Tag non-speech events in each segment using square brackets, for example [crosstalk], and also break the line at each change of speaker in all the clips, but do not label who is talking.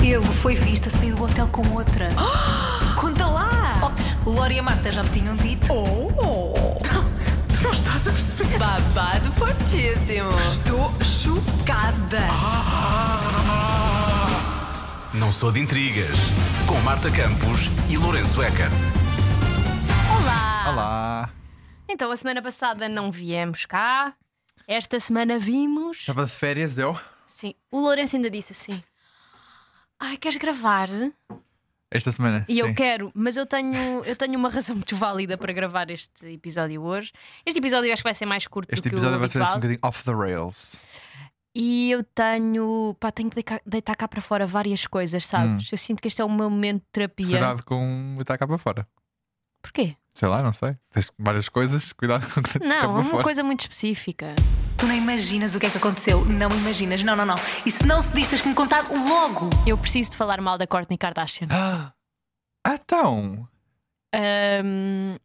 Ele foi visto a sair do hotel com outra.
[gasps] Conta lá!
Oh, o Lori e a Marta já me tinham dito.
Oh!
Tu não estás a perceber?
Babado fortíssimo!
Estou chocada!
Não sou de intrigas. Com Marta Campos e Lourenço Eker.
Olá!
Olá!
Então, a semana passada não viemos cá. Esta semana vimos.
Estava de férias, deu?
Sim. O Lourenço ainda disse assim: Ai, queres gravar?
Esta semana.
E eu
sim.
quero, mas eu tenho, eu tenho uma razão muito válida para gravar este episódio hoje. Este episódio eu acho que vai ser mais curto
Este
do que
episódio
o
vai ser assim um
habitual.
bocadinho off the rails.
E eu tenho. Pá, tenho que deitar, deitar cá para fora várias coisas,
Hum.
sabes? Eu sinto que este é o meu momento de terapia.
Cuidado com botar cá para fora.
Porquê?
Sei lá, não sei. Tens várias coisas, cuidado com o que tens cá
Não, é
para
uma
fora.
coisa muito específica.
Tu não imaginas o que é que aconteceu. Não imaginas. Não, não, não. E se não se diz, tens que me contar logo.
Eu preciso de falar mal da Courtney Kardashian.
[gasps] Ah, então!
Ahm,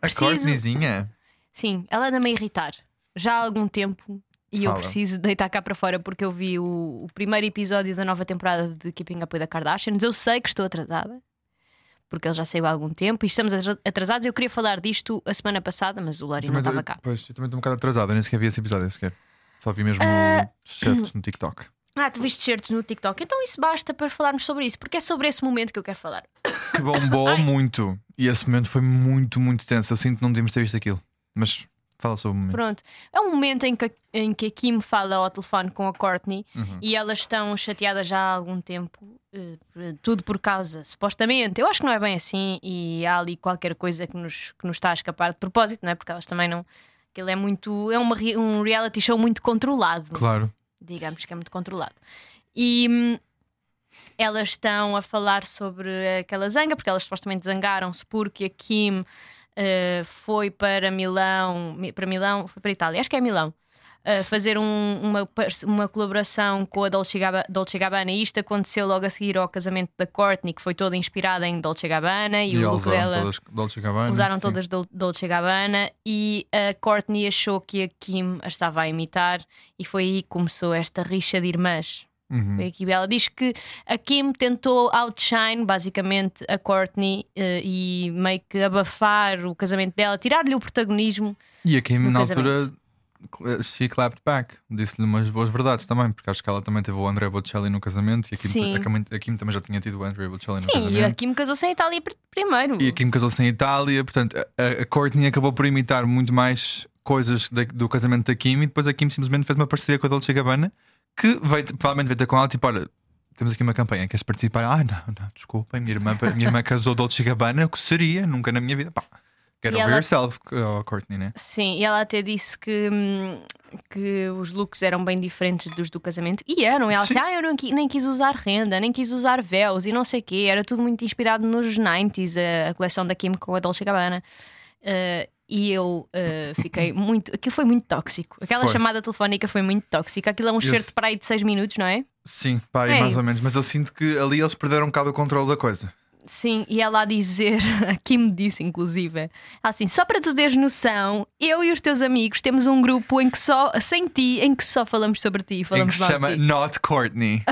A
Preciso-
Courtneyzinha?
Sim, ela anda-me a irritar já há algum tempo e eu
Fala.
preciso deitar cá para fora porque eu vi o, o primeiro episódio da nova temporada de Keeping Up with the Kardashians. Eu sei que estou atrasada porque ele já saiu há algum tempo e estamos atra- atrasados. Eu queria falar disto a semana passada, mas o Lori não
Também tô-
estava cá.
Pois, eu também estou um bocado atrasada, nem sequer vi esse episódio sequer. Só vi mesmo certos no TikTok.
Ah, tu viste certos no TikTok, então isso basta para falarmos sobre isso porque é sobre esse momento que eu quero falar. [coughs]
Que bombou muito. E esse momento foi muito, muito tenso. Eu sinto que não devíamos ter visto aquilo. Mas fala sobre o momento.
Pronto, é um momento em que, em que a Kim fala ao telefone com a Courtney e elas estão chateadas já há algum tempo, eh, por- tudo por causa, supostamente. Eu acho que não é bem assim e há ali qualquer coisa que nos, que nos está a escapar de propósito, não é? Porque elas também não. Aquilo é muito. É uma re- um reality show muito controlado,
Claro.
digamos que é muito controlado. E. hum, elas estão a falar sobre aquela zanga, porque elas supostamente zangaram-se porque a Kim eh, foi para Milão, Mi- para Milão, foi para Itália, acho que é Milão, eh, fazer um- uma, par- uma colaboração com a Dolce, Gabba- Dolce Gabbana. E isto aconteceu logo a seguir ao casamento da Courtney, que foi toda inspirada em Dolce Gabbana e,
elas
o look
usaram
dela.
todas Dolce Gabbana.
Usaram
sim.
todas Dol- Dolce Gabbana e a Courtney achou que a Kim a estava a imitar, e foi aí que começou esta rixa de irmãs.
Uhum.
Foi aqui. Ela diz que a Kim tentou outshine, basicamente, a Courtney eh, e meio que abafar o casamento dela, tirar-lhe o protagonismo.
E a Kim,
no
na altura, cl- she clapped back. Disse-lhe umas boas verdades também, porque acho que ela também teve o André Bocelli no casamento e a Kim,
Sim.
a Kim- a Kim também já tinha tido o André Bocelli no
Sim, e a
casamento.
Kim casou-se em Itália pr- primeiro.
E a Kim casou-se em Itália, portanto, a, a Courtney acabou por imitar muito mais coisas da- do casamento da Kim e depois a Kim simplesmente fez uma parceria com a Dolce Gabbana que veio, provavelmente veio ter com ela, tipo, olha. Temos aqui uma campanha, queres participar? Ah, não, não, desculpa, minha irmã, minha irmã casou Dolce Gabbana, o que seria? Nunca na minha vida. Pá, get
E
over
ela-
yourself, oh, Courtney, né?
Sim, e ela até disse que, hum, que os looks eram bem diferentes dos do casamento. E eram. Ela disse:
Sim.
Ah, eu não qui- nem quis usar renda, nem quis usar véus e não sei o quê. Era tudo muito inspirado nos 90s, a, a coleção da Kim com a Dolce Gabbana. Eh, e eu eh, fiquei muito. Aquilo foi muito tóxico. Aquela
Foi.
chamada telefónica foi muito tóxica. Aquilo é um certo
se-
para aí de 6 minutos, não é?
Sim, pá, aí
Ei.
mais ou menos. Mas eu sinto que ali eles perderam um bocado o controle da coisa.
Sim, e ela a dizer, [laughs] a Kim me disse, inclusive, ela assim, só para tu teres noção, eu e os teus amigos temos um grupo em que só, sem ti, em que só falamos sobre ti, e
em
falamos
que se
mal de
chama
ti.
Not
[laughs]
Courtney.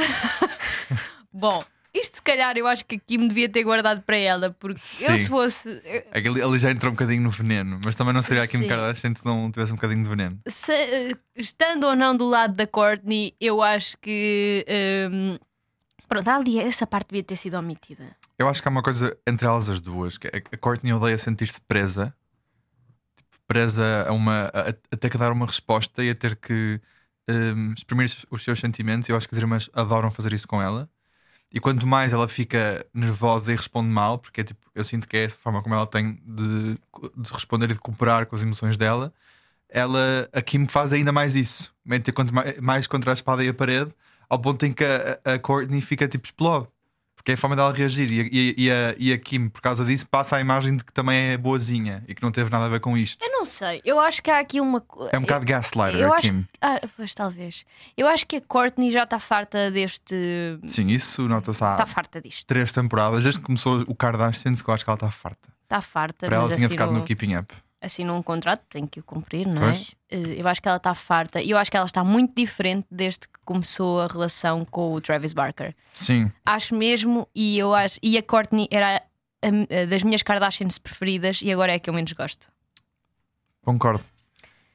Bom, isto se calhar eu acho que a Kim devia ter guardado para ela, porque eu
Sim.
se fosse. eu-
ali, ali já entrou um bocadinho no veneno, mas também não seria aqui um
Sim.
Kardashian se não tivesse um bocadinho de veneno.
se, eh, estando ou não do lado da Courtney, eu acho que. ehm, pronto, ali essa parte devia ter sido omitida.
Eu acho que há uma coisa entre elas as duas, que é a a Courtney odeia sentir-se presa, Tipo, presa a uma a, a ter que dar uma resposta e a ter que hum, exprimir os- os seus sentimentos. Eu acho que as irmãs adoram fazer isso com ela. E quanto mais ela fica nervosa e responde mal, porque é tipo, eu sinto que é essa forma como ela tem de, de responder e de cooperar com as emoções dela, ela a Kim faz ainda mais isso. Mete quanto mais, mais contra a espada e a parede, ao ponto em que a, a Courtney fica tipo explode. Porque é a forma dela reagir. E, a- e, e a, e a Kim, por causa disso, passa a imagem de que também é boazinha e que não teve nada a ver com isto.
Eu não sei, eu acho que há aqui uma. co-
É um bocado gaslighter,
eu
a
acho
Kim.
Ah, pois talvez. Eu acho que a Courtney já está farta deste.
Sim, isso nota-se há
Está Tá farta disto.
três temporadas. Desde que começou o Kardashians, que eu acho que ela está farta.
Está Tá farta.
Para ela
mas
tinha
assim
ficado
não-
no Keeping Up.
assinou um contrato, tem que o cumprir, não é?
Pois.
Eh, Eu acho que ela está farta e eu acho que ela está muito diferente desde que começou a relação com o Travis Barker.
Sim,
Acho mesmo, e eu acho. E a Courtney era a- a das minhas Kardashians preferidas e agora é a que eu menos gosto.
concordo.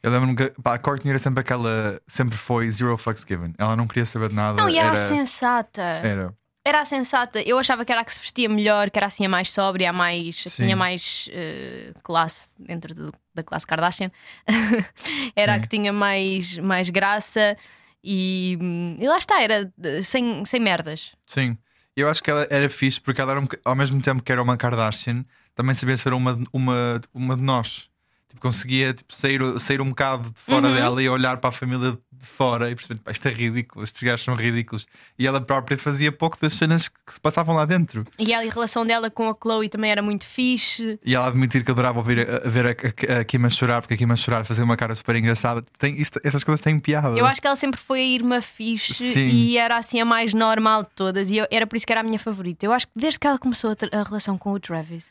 Eu lembro-me que pá, a Courtney era sempre aquela. Sempre foi zero fucks given. Ela não queria saber de nada.
Não, e era,
era, É,
sensata.
era.
Era a sensata. Eu achava que era a que se vestia melhor, que era assim a mais sóbria, a mais. a que
Sim.
tinha mais eh, classe dentro do- da classe Kardashian. [laughs] era a
Sim.
que tinha mais, mais graça e, hum, e lá está, era de- sem, sem merdas.
Sim. Eu acho que ela era fixe porque ela era um boca- ao mesmo tempo que era uma Kardashian, também sabia ser uma, uma, uma de nós. Tipo, conseguia tipo, sair, sair um bocado de fora dela e olhar para a família de fora e perceber, "Pá, isto é ridículo, estes gajos são ridículos. E ela própria fazia pouco das cenas que se passavam lá dentro.
E ela- a relação dela com a Chloe também era muito fixe.
E ela admitir que adorava ouvir a, a ver a, a, a Kim a chorar, porque a Kim a chorar fazia uma cara super engraçada. Tem, isto- essas coisas têm piada.
Eu acho que ela sempre foi a irmã fixe
Uhum. Sim.
e era assim a mais normal de todas. E eu- era por isso que era a minha favorita. Eu acho que desde que ela começou a, ter- a relação com o Travis,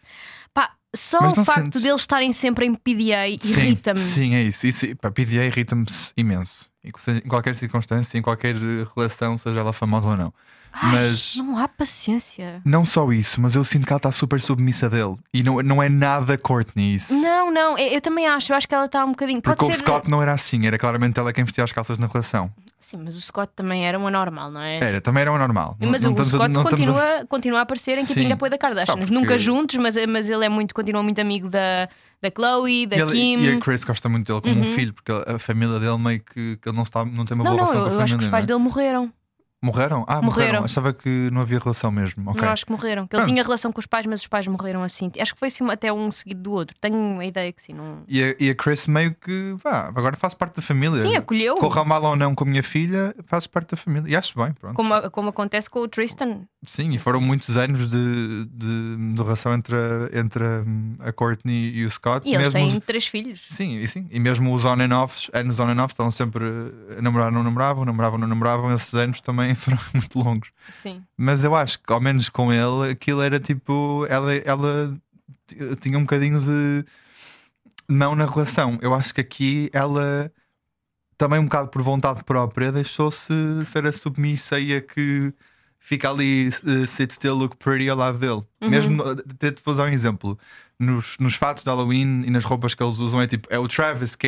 pá, só
Mas
o
não
facto
sentes-
deles estarem sempre em PDA
Sim,
irrita-me.
Sim, é isso. isso pá, PDA irrita-me imenso. Em que seja- em qualquer circunstância, em qualquer eh, relação, seja ela famosa ou não. Mas
Não há paciência.
não só isso, mas eu sinto que ela está super submissa dele. E não, não é nada Courtney isso.
Não, não, eu, eu também acho. Eu acho que ela está um bocadinho.
Porque
Pode
o
ser.
Scott não era assim, era claramente ela quem vestia as calças na relação.
Sim, mas o Scott também era um anormal, não é?
Era, também era o normal. Não-
Mas
não
o
estamos a-
Scott
não estamos a-
continua, continua a aparecer em que
Sim.
tinha apoio da Kardashian.
Ah, porque-
Nunca juntos, mas, mas ele é muito, continua muito amigo da, da Chloe, da
E, ele-
Kim. Uhum.
e a Chris gosta muito dele como um filho, porque a a família dele meio que, que ele não, está, não tem uma
Não, não,
boa
eu,
relação com
eu
a família.
acho que os pais
não é?
dele morreram.
Morreram? Ah, morreram.
Morreram.
Achava que não havia relação mesmo. ok
Não, acho que morreram. Que ele
Pronto.
tinha relação com os pais, mas os pais morreram assim. Acho que foi assim, até um seguido do outro. Tenho a ideia que sim. Não...
E a, e a Chris meio que vá, agora faço parte da família.
Sim, é acolheu.
Corra mal ou não com a minha filha, faço parte da família. E acho bem, pronto.
Como, como acontece com o Tristan.
Sim, e foram muitos anos de, de, de relação entre, a- entre a- a Courtney e o Scott.
E eles
mesmo
têm
os-
três filhos.
Sim, e sim. E mesmo os on and offs, anos on and offs, estão sempre a namorar, não namoravam, namoravam, não namoravam. Esses anos também [laughs] foram muito longos.
Sim.
Mas eu acho que, ao menos com ele, aquilo era tipo. Ela, ela t- tinha um bocadinho de mão na relação. Eu acho que aqui ela, também um bocado por vontade própria, deixou-se ser a submissa e a que fica ali, eh, sit still, look pretty ao lado dele. Mesmo, até te vou dar um exemplo. Nos, nos fatos de Halloween e nas roupas que eles usam, é tipo. É o Travis que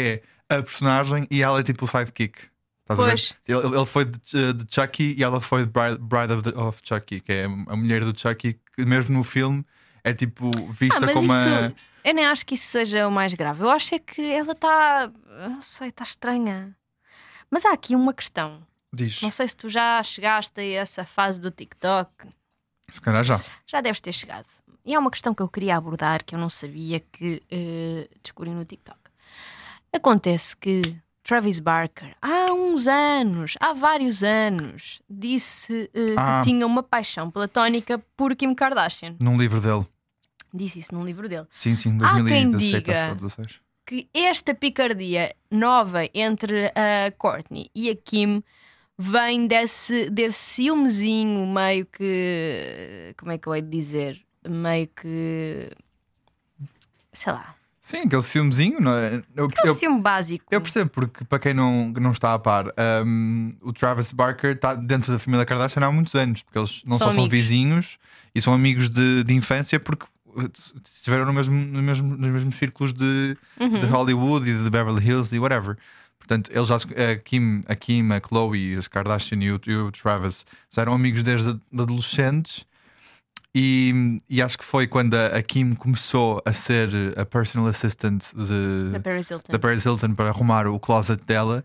é a personagem e ela é tipo o sidekick. Estás a ver?
Pois.
Ele, ele foi de, Ch- de Chucky e ela foi de Bride, Bride of, the- of Chucky, que é a mulher do Chucky, que mesmo no filme é tipo vista
Ah, mas
como a.
isso. Eu nem acho que isso seja o mais grave. Eu acho é que ela está. Não sei, está estranha. Mas há aqui uma questão.
Diz.
Não sei se tu já chegaste a essa fase do TikTok.
Se calhar já.
Já deves ter chegado. E há uma questão que eu queria abordar que eu não sabia que eh, descobri no TikTok. Acontece que Travis Barker, há uns anos, há vários anos, disse eh,
Ah.
que tinha uma paixão platónica por Kim Kardashian.
Num livro dele.
Disse isso num livro dele.
Sim, sim,
Há quem
2017
diga.
acho que foi 16.
que esta picardia nova entre a Courtney e a Kim vem desse, desse ciúmezinho meio que. Como é que eu hei de dizer? Meio que. Sei lá.
Sim, aquele ciúmezinho, não é? Eu,
É um
eu-
ciúme básico.
eu percebo, porque para quem não, que não está a par, hum, o Travis Barker está dentro da família Kardashian há muitos anos, porque eles não
São
só são
amigos.
vizinhos e são amigos de, de infância, porque uh, estiveram no mesmo, no mesmo, nos mesmos círculos de,
Uhum.
de Hollywood e de Beverly Hills e whatever. Portanto, eles já, se- a, Kim, a Kim, a Chloe, os Kardashian e o, e o Travis já eram amigos desde a- de adolescentes. E, e acho que foi quando a, a Kim começou a ser a personal assistant de,
Da Paris Hilton.
da Paris Hilton para arrumar o closet dela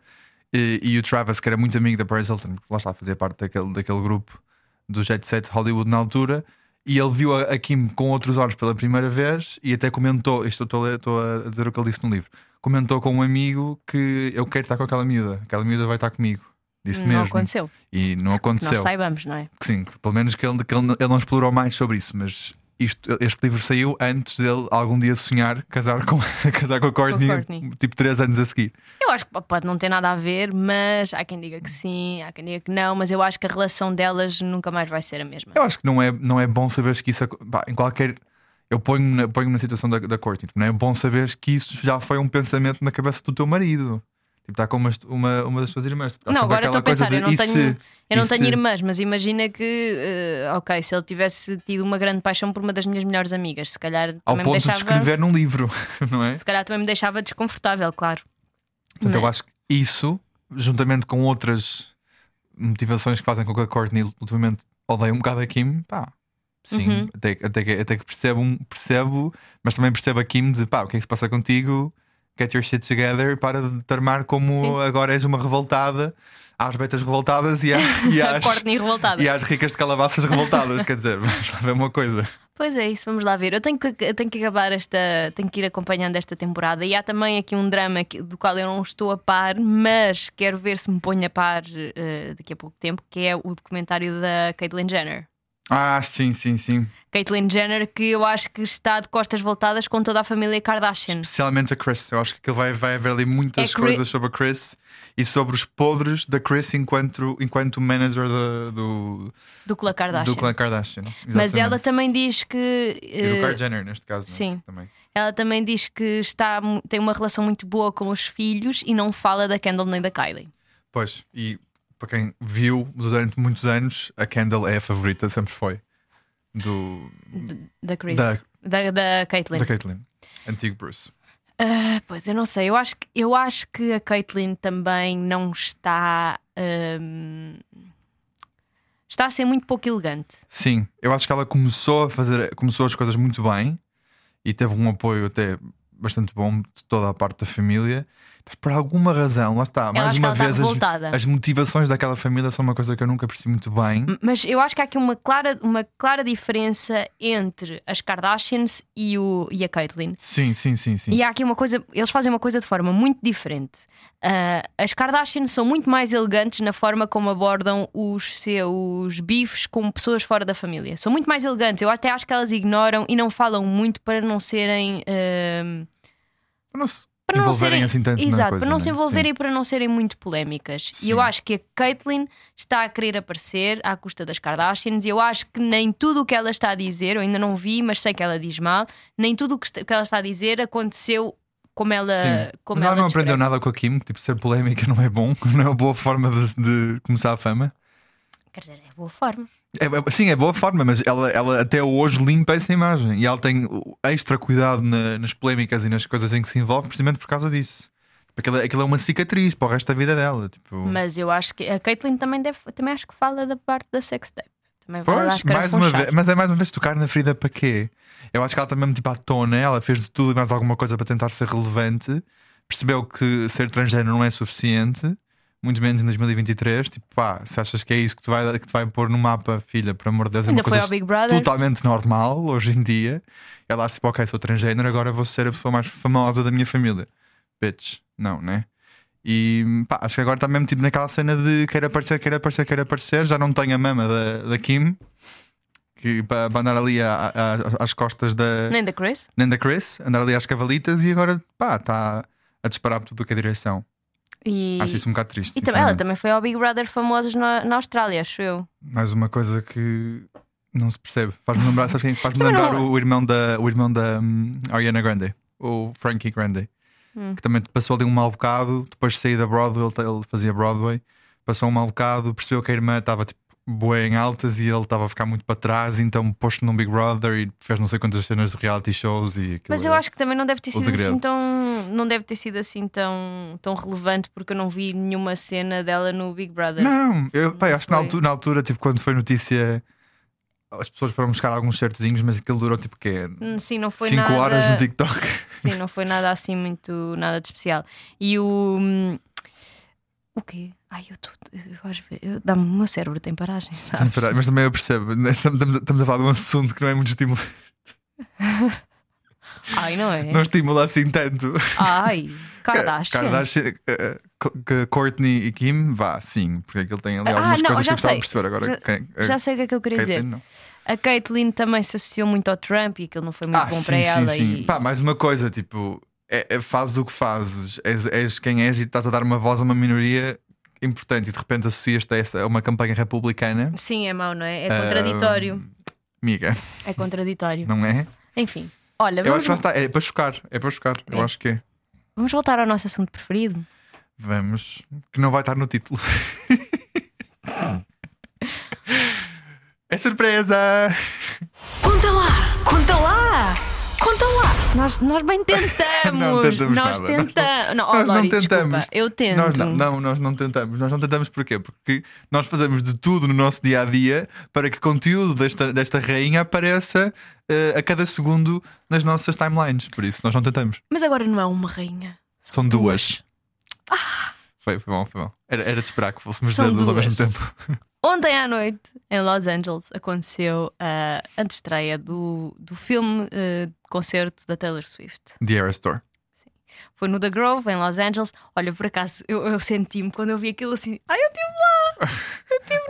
e, e o Travis, que era muito amigo da Paris Hilton, porque lá está a fazer parte daquele, daquele grupo do Jet Set Hollywood na altura. E ele viu a, a Kim com outros olhos pela primeira vez e até comentou: Isto eu estou a ler- estou a dizer o que ele disse no livro. Comentou com um amigo que eu quero estar com aquela miúda, aquela miúda vai estar comigo. Disse
não
mesmo.
aconteceu.
E não
Que
aconteceu.
nós saibamos, não é?
Que Sim, que pelo menos que ele, que ele- ele não explorou mais sobre isso, mas isto- este livro saiu antes dele algum dia sonhar casar com, [laughs] casar com a Courtney,
Courtney.
tipo 3 anos a seguir.
Eu acho que pode não ter nada a ver, mas há quem diga que sim, há quem diga que não, mas eu acho que a relação delas nunca mais vai ser a mesma.
Eu acho que não é, não é bom saberes que isso aco- pá, em qualquer. eu ponho-me na, ponho na situação da, da Courtney. Tipo, não é bom saberes que isso já foi um pensamento na cabeça do teu marido. Tipo, está com uma, uma, uma das tuas irmãs. Tipo, há
Não,
sempre
agora estou a
aquela coisa
pensar, eu
de,
não
e
tenho,
se-
eu não
e
tenho
se-
irmãs, mas imagina que, eh, ok, se ele tivesse tido uma grande paixão por uma das minhas melhores amigas, se calhar
Ao
também
ponto
me
de
deixava.
escrever num livro, [laughs] não é?
Se calhar também me deixava desconfortável, claro.
Portanto, eu
Mas-
acho que isso, juntamente com outras motivações que fazem com que a Courtney ultimamente odeie um bocado a Kim, pá, sim,
Uhum.
até, que- até, que, até que percebo, um- percebo, mas também percebo a Kim de pá, o que é que se passa contigo? Get your shit together para de te armar como
Sim.
agora és uma revoltada, às betas
[laughs]
revoltadas e às, e
A
às,
Courtney revoltada.
e às ricas de calabaças revoltadas. Quer dizer, [laughs] vamos lá ver uma coisa.
Pois é, isso, vamos lá ver. Eu tenho que, eu tenho que acabar esta. Tenho que ir acompanhando esta temporada. E há também aqui um drama que- do qual eu não estou a par, mas quero ver se me ponho a par eh, daqui a pouco tempo, que é o documentário da Caitlyn Jenner.
Ah, sim, sim, sim.
Caitlyn Jenner, que eu acho que está de costas voltadas com toda a família Kardashian.
Especialmente a Chris. Eu acho que aquilo vai, vai haver ali muitas
É Chris-
coisas sobre a Chris e sobre os podres da Chris enquanto, enquanto manager da- do,
Do clã Kardashian.
do clã Kardashian.
Mas ela
Exatamente.
também diz que.
E do
eh,
Kylie Jenner, neste caso. não é?
sim.
Também.
ela também diz que está, mu- tem uma relação muito boa com os filhos e não fala da Kendall nem da Kylie.
Pois, e para quem viu durante muitos anos, a Kendall é a favorita, sempre foi, do,
Da Chris.
Da-
Da, da Caitlyn.
da Caitlyn, antigo Bruce.
Ah, pois, eu não sei. Eu acho que, eu acho que a Caitlyn também não está. hum, está a ser muito pouco elegante.
Sim, eu acho que ela começou a fazer, começou as coisas muito bem e teve um apoio até bastante bom de toda a parte da família. Mas por alguma razão, lá está, mais
acho que
uma
ela está
vez
revoltada. Hum.
as, as motivações daquela família são uma coisa que eu nunca percebi muito bem.
Mas eu acho que há aqui uma clara, uma clara diferença entre as Kardashians e, o, e a Caitlyn.
Sim, sim, sim, sim.
E há aqui uma coisa, eles fazem uma coisa de forma muito diferente. Ah, as Kardashians são muito mais elegantes na forma como abordam os seus bifes com pessoas fora da família. São muito mais elegantes. Eu até acho que elas ignoram e não falam muito para não serem. ah,
Para não se
para não
envolverem
serem,
assim tanto na
exato,
coisa,
para não se
né?
envolverem e para não serem muito polémicas. E eu
Sim.
acho que a Caitlyn está a querer aparecer à custa das Kardashians. E eu acho que nem tudo o que ela está a dizer, eu ainda não vi, mas sei que ela diz mal, nem tudo o que, está- que ela está a dizer aconteceu como ela.
Sim.
Como
Mas ela não aprendeu
descreve.
nada com a Kim, que, tipo, ser polémica [laughs] não é bom, não é uma boa forma de, de começar a fama.
Quer dizer, é boa forma.
É, é- sim, é boa forma, mas ela, ela até hoje limpa essa imagem e ela tem o extra cuidado na- nas polémicas e nas coisas em que se envolve, precisamente por causa disso. Porque aquilo, é- aquilo é uma cicatriz para o resto da vida dela. Tipo,
Mas eu acho que a Caitlyn também, deve, também acho que fala da parte da sextape. Também vai lá
pois, mais uma
escarafunchar.
vez, mas é mais uma vez tocar na ferida para quê? Eu acho que ela também, tipo, à tona, ela fez de tudo e mais alguma coisa para tentar ser relevante, percebeu que ser transgênero não é suficiente. Muito menos em 2023, tipo, pá, se achas que é isso que te vai, que te vai pôr no mapa, filha, por amor de Deus, é
Ainda
uma
foi
coisa
ao Big Brother.
totalmente normal hoje em dia. Ela acha tipo, ok, sou transgênero, agora vou ser a pessoa mais famosa da minha família. Bitch, não, né? E pá, acho que agora está mesmo tipo naquela cena de quer aparecer, quer aparecer, quer aparecer. Já não tenho a mama da, da Kim, que para para andar ali a- a- a- às costas da
Nem da Chris.
nem da Chris, andar ali às cavalitas e agora pá, está a disparar por tudo que é direção.
E,
Acho isso um bocado triste.
e também, ela
sinceramente.
também foi ao Big Brother famosos na, na Austrália, acho eu.
Mais uma coisa que não se percebe. Faz-me lembrar, sabes quem? é Faz-me
Também
lembrar
não-
o irmão da, o irmão da hum, Ariana Grande, o Frankie Grande,
Hum.
que também passou ali um mau bocado, depois de sair da Broadway, ele, ele fazia Broadway, passou um mau bocado, percebeu que a irmã estava tipo boa em altas e ele estava a ficar muito para trás, então pôs-se num Big Brother e fez não sei quantas cenas de reality shows e aquilo
Mas eu
era-
acho que também não deve ter
o
sido assim
degredo.
tão. Não deve ter sido assim tão, tão relevante porque eu não vi nenhuma cena dela no Big Brother.
Não, eu pá, eu acho que na
foi.
altura, na altura, tipo, quando foi notícia, as pessoas foram buscar alguns certozinhos, mas aquilo durou tipo quê?
Hum, Sim, não foi
5
nada.
horas no
[laughs]
TikTok.
Sim, não foi nada assim muito nada de especial. E o. hum, O quê? Ai, eu estou. Eu, às vezes- eu- Dá-me o meu cérebro tem paragens,
Tem
sabes?
que parar, mas também eu percebo, né, estamos estamos a, estamos a falar de um assunto que não é muito estímulo,
Ai, não é?
não estimula assim tanto.
Ai, Kardashian.
Kardashian, eh, eh, Courtney e Kim, vá, sim, porque aquilo tem ali
Ah,
algumas
não,
coisas que
já
eu gostava
sei.
de perceber agora.
Já-
quem- eh,
Já sei o que é que eu queria
Caitlyn,
dizer.
não.
A Caitlyn também se associou muito ao Trump e aquilo não foi muito
Ah,
bom
sim,
para
sim,
ela.
sim.
E...
Pá, mais uma coisa, tipo, é, é, fazes o que fazes, és, és quem és e estás a dar uma voz a uma minoria importante e de repente associas-te a, essa- a uma campanha republicana.
Sim, é mau, não é? É contraditório.
Amiga,
É contraditório.
não é?
Enfim, olha,
Eu
vamos,
acho que lá está, é para chocar, é para chocar, eu acho que é.
vamos voltar ao nosso assunto preferido.
Vamos, que não vai estar no título. [laughs] é surpresa!
Conta lá, conta lá, conta lá.
Nós, nós bem tentamos.
[laughs] Não tentamos
nós
nada, nós
tentamos. Não, oh,
nós não
Lori,
tentamos.
desculpa, eu tento.
Nós não, não, nós não tentamos. Nós não tentamos porquê? Porque nós fazemos de tudo no nosso dia a dia para que conteúdo desta, desta rainha apareça eh, a cada segundo nas nossas timelines. Por isso, nós não tentamos.
Mas agora não é uma rainha.
São duas. Ah! Foi, foi bom, foi bom. Era, era de esperar que fôssemos
São
dizer duas ao
duas.
mesmo tempo.
Ontem à noite, em Los Angeles, aconteceu ah, a antestreia do, do filme eh, de concerto da Taylor Swift.
The Air Store.
Foi no The Grove, em Los Angeles. Olha, por acaso, eu, eu senti-me quando eu vi aquilo assim. Ai, eu tive lá!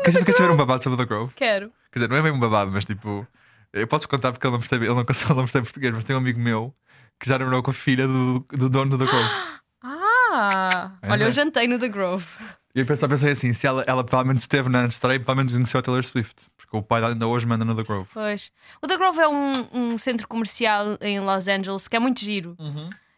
Quer saber, quer saber um babado sobre o The Grove?
Quero.
Quer dizer, não é bem um babado, mas tipo, eu posso contar porque ele não percebe, ele não, [laughs] ele não percebe português, mas tem um amigo meu que já namorou com a filha do, do dono do The Grove.
Ah!
Pois
olha,
é.
eu jantei no The Grove.
E eu pensava, pensei assim: se ela, ela provavelmente esteve na estreia, provavelmente conheceu a Taylor Swift, porque o pai dela ainda hoje manda no The Grove.
Pois. O The Grove é um, um centro comercial em Los Angeles que é muito giro.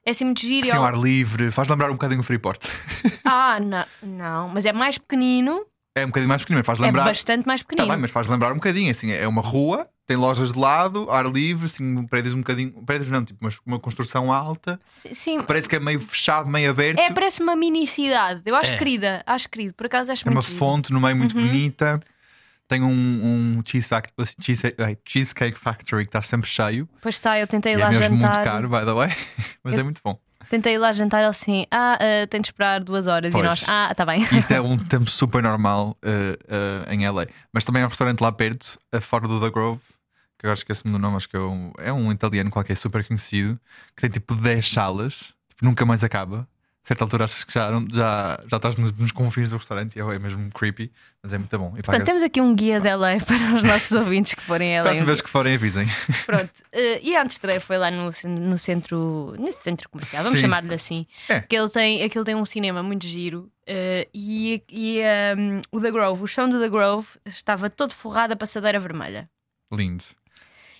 É assim muito giro. e
Assim,
é
ao
um-
ar livre, faz lembrar um bocadinho o Freeport. [laughs]
Ah, não, não, mas é mais pequenino.
É um bocadinho mais pequenino, mas faz lembrar.
É bastante mais
Tá
pequenino.
bem, mas faz lembrar um bocadinho. Assim, é uma rua, tem lojas de lado, ar livre, assim, prédios um bocadinho. Prédios não, tipo, mas uma construção alta.
Si- Sim.
Parece que é meio fechado, meio aberto.
É, parece uma mini cidade. Eu acho
É.
querida, acho querido. Por acaso acho
Tem É uma
muito. giro.
fonte no meio
Uhum.
muito bonita. Tem um, um cheese fac- cheese- ai, cheesecake Factory que está sempre cheio.
Pois está, eu tentei
E é
lá
mesmo
jantar.
muito caro, by the way. [laughs] Mas é muito bom.
Tentei lá jantar ele assim, ah, ah, tenho de esperar duas horas
Pois.
e nós, ah, está bem.
Isto é um tempo super normal eh, eh, em LA. Mas também há um restaurante lá perto, eh, fora do The Grove, que agora esqueço-me do nome, acho que é um, é um italiano qualquer super conhecido, que tem tipo 10 salas, tipo, nunca mais acaba. A certa altura achas que já, não- já, já estás nos, nos confins do restaurante e é mesmo creepy, mas é muito bom. E
Portanto,
paga-se.
temos aqui um guia de LA para os nossos [laughs] ouvintes que forem a LA.
Próxima vez que forem, avisem.
Pronto, eh, e a antestreia foi lá no, cen- no centro, nesse centro comercial, vamos
Sim.
chamar-lhe assim.
É.
Que ele tem, aquele tem um cinema muito giro eh, e, e ehm, o The Grove, o chão do The Grove estava todo forrado a passadeira vermelha.
Lindo.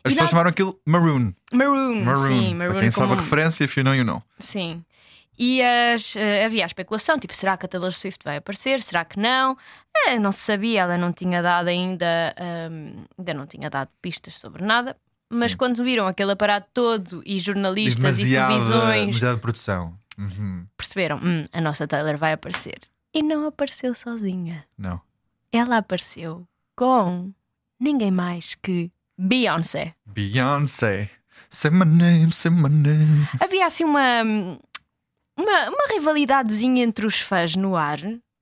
As
E
pessoas
lá-
chamaram aquilo Maroon.
Maroon,
Maroon.
sim,
Para
Maroon
quem sabe
como
a referência, if you know, you know.
Sim. E as, eh, havia a especulação, tipo, será que a Taylor Swift vai aparecer? Será que não? Eh, não se sabia, ela não tinha dado ainda, ahm, ainda não tinha dado pistas sobre nada. Mas
Sim.
quando viram aquele aparato todo e jornalistas e
Demasiada-
televisões,
demasiada produção. Uhum.
perceberam, "Hum, a nossa Taylor vai aparecer. E não apareceu sozinha.
Não.
Ela apareceu com ninguém mais que Beyoncé.
Beyoncé. Say my name, say my name.
Havia assim uma, uma, uma rivalidadezinha entre os fãs no ar,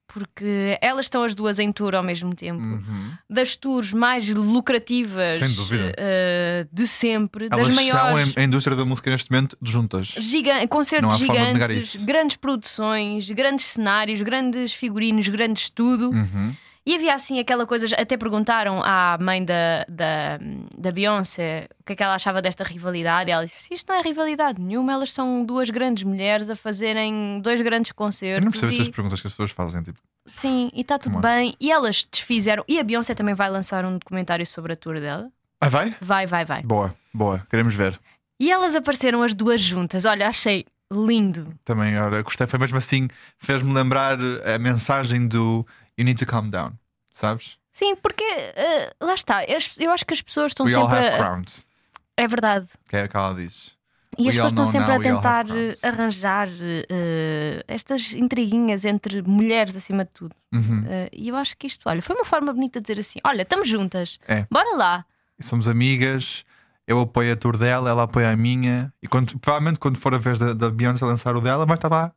porque elas estão as duas em tour ao mesmo tempo.
Uhum.
Das tours mais lucrativas
Sem dúvida.
eh, de sempre,
Elas
das
são
maiores.
em- a indústria da música neste momento juntas.
gigan-
Não
concertos
há forma de negar
gigantes,
isso.
grandes produções, grandes cenários, grandes figurinos, grandes tudo.
Uhum.
E havia assim aquela coisa, já- até perguntaram à mãe da, da, da Beyoncé o que é que ela achava desta rivalidade. E ela disse: Isto não é rivalidade nenhuma, elas são duas grandes mulheres a fazerem dois grandes
Eu
concertos.
não percebo estas
e,
perguntas que as pessoas fazem. Tipo,
sim, e está tudo
Come
bem. E elas desfizeram. E a Beyoncé também vai lançar um documentário sobre a tour dela.
ah, vai?
Vai, vai, vai.
Boa, boa. Queremos ver.
E elas apareceram as duas juntas. Olha, achei lindo.
Também, ora, gostei. Foi mesmo assim, fez-me lembrar a mensagem do You need to calm down. Sabes?
Sim, porque eh, lá está. as- Eu acho que as pessoas estão
We all
sempre.
have
a-
crowns.
É verdade.
Que é o que ela diz.
E
We
as pessoas
all
estão
know
sempre
now,
a
we all have
tentar
crowns.
eh, arranjar eh, estas intriguinhas entre mulheres acima de tudo.
Uhum.
Eh, e eu acho que isto, olha, foi uma forma bonita de dizer assim: olha, estamos juntas,
É.
bora lá.
somos amigas, eu apoio a tour dela, ela apoia a minha. E quando, provavelmente quando for a vez da, da Beyoncé lançar o dela, vai estar lá.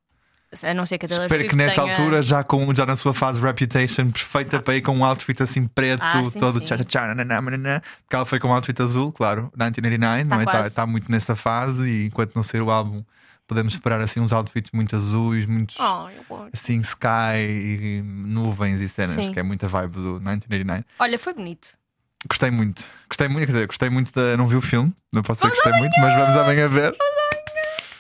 A não ser que a Taylor
Espero
Swift
que nessa
tenha-
altura, já, com, já na sua fase reputation perfeita, para ir com um outfit assim preto,
Ah, sim,
todo
sim.
tchá tchá tchá, nananá, mananá, porque ela foi com um outfit azul, claro, 1989,
Tá
não é? Está
quase.
está muito nessa fase e enquanto não sair o álbum, podemos esperar assim uns outfits muito azuis, muitos
Oh, eu gosto.
assim sky e nuvens e cenas,
Sim.
que é muita vibe do 1989.
Olha, foi bonito.
Gostei muito. Gostei muito, quer dizer, gostei muito da. Não vi o filme, não posso dizer que gostei muito, mas vamos amanhã ver.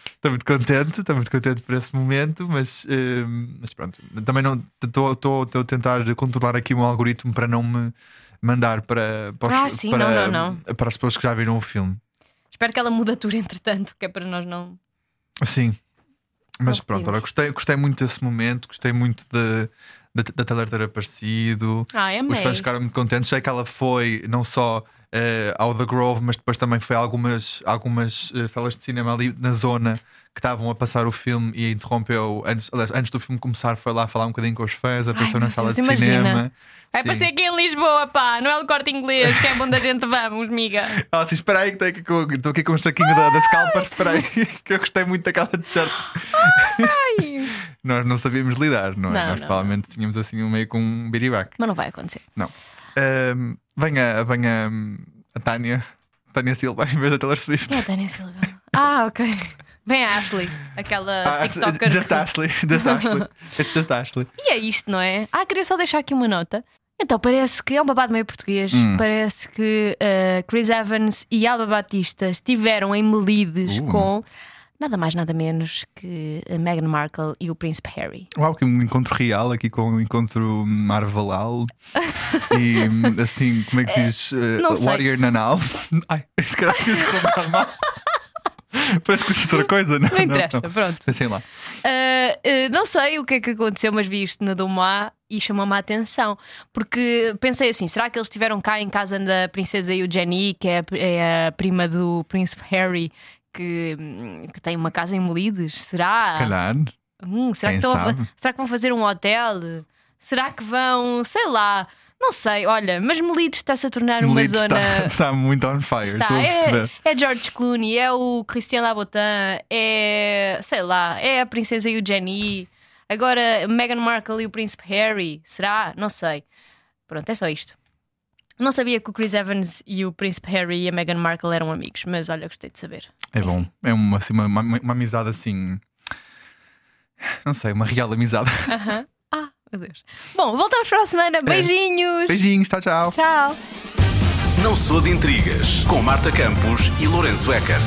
Estou muito contente, estou muito contente por esse momento, mas, hum, mas pronto, também não estou estou- estou a tentar controlar aqui um algoritmo para não me mandar para, para, os-
Ah, sim,
para,
não, não,
para as pessoas que já viram o filme.
Espero que ela mude a tour [laughs] entretanto, que é para nós não.
Sim. Mas
Não
pronto,
pedimos.
olha, gostei, gostei muito desse momento, gostei muito de, de, da Taylor ter aparecido.
Ah, é
Os fãs ficaram muito contentes. Sei que ela foi não só eh, ao The Grove, mas depois também foi a algumas, algumas eh, salas de cinema ali na zona que estavam a passar o filme e interrompeu. Antes, aliás, antes do filme começar, foi lá falar um bocadinho com os fãs, apareceu na
meu
sala
Deus,
de
imagina.
cinema.
Vai
Sim.
aparecer aqui em Lisboa, pá. Não é o corte inglês, que é bom da gente, vamos, miga.
Ela assim, espera aí, que tenho aqui com- estou aqui com um saquinho da, da Scalper, espera aí, [laughs] que eu gostei muito daquela t-shirt.
Ai.
Nós não sabíamos lidar, não é?
Não,
Nós
não.
provavelmente tínhamos assim um meio com um biribac.
Mas não vai acontecer.
Não. Ahm, venha venha hum, a Tânia, Tânia Silva, [laughs] em vez da Taylor Swift.
É a Tânia Silva. Ah, ok. Vem a Ashley, aquela
Ah,
TikToker.
just
tá, que- [laughs]
Ashley, just Ashley. It's just Ashley.
E é isto, não é? Ah, queria só deixar aqui uma nota. Então, parece que é um babado meio português. Parece que eh, Chris Evans e Alba Batista estiveram em Melides
Uh.
com nada mais, nada menos que a Meghan Markle e o Príncipe Harry.
Uau, que um encontro real aqui com um encontro Marvelal. E
[laughs]
hum, assim, como é que se diz? Eh,
não sei.
Warrior Nanal. [laughs] Ai, se calhar disse como
[laughs]
mal. Parece que disse outra coisa, não?
Não interessa, [laughs] pronto.
Deixem lá.
Ah, ah, não sei o que é que aconteceu, mas vi isto na Domá e chamou-me a atenção. Porque pensei assim: será que eles estiveram cá em casa da Princesa Eugenie, que é a, é a prima do Príncipe Harry, que, hum, que tem uma casa em Melides? Será?
Se calhar.
Hum, será, que
Quem
estão a fa-
sabe?
será que vão fazer um hotel? Será que vão, sei lá, não sei, olha, mas Melides está-se a tornar
Melides
uma zona.
está,
[laughs]
[laughs] está muito on fire,
Está,
estou a perceber.
é, é George Clooney, é o Christian Labotin, é, sei lá, é a Princesa Eugenie, agora Meghan Markle e o Príncipe Harry, será? Não sei. Pronto, é só isto. Não sabia que o Chris Evans e o Príncipe Harry e a Meghan Markle eram amigos, mas olha, gostei de saber.
É, bom. É uma, assim, uma, uma- uma amizade assim. Não sei, uma real amizade.
Ah, meu Deus. Bom, voltamos para a
É.
semana. Beijinhos!
Beijinhos, tchau, tchau.
Tchau!
Não sou de intrigas com Marta Campos e Lourenço Eker.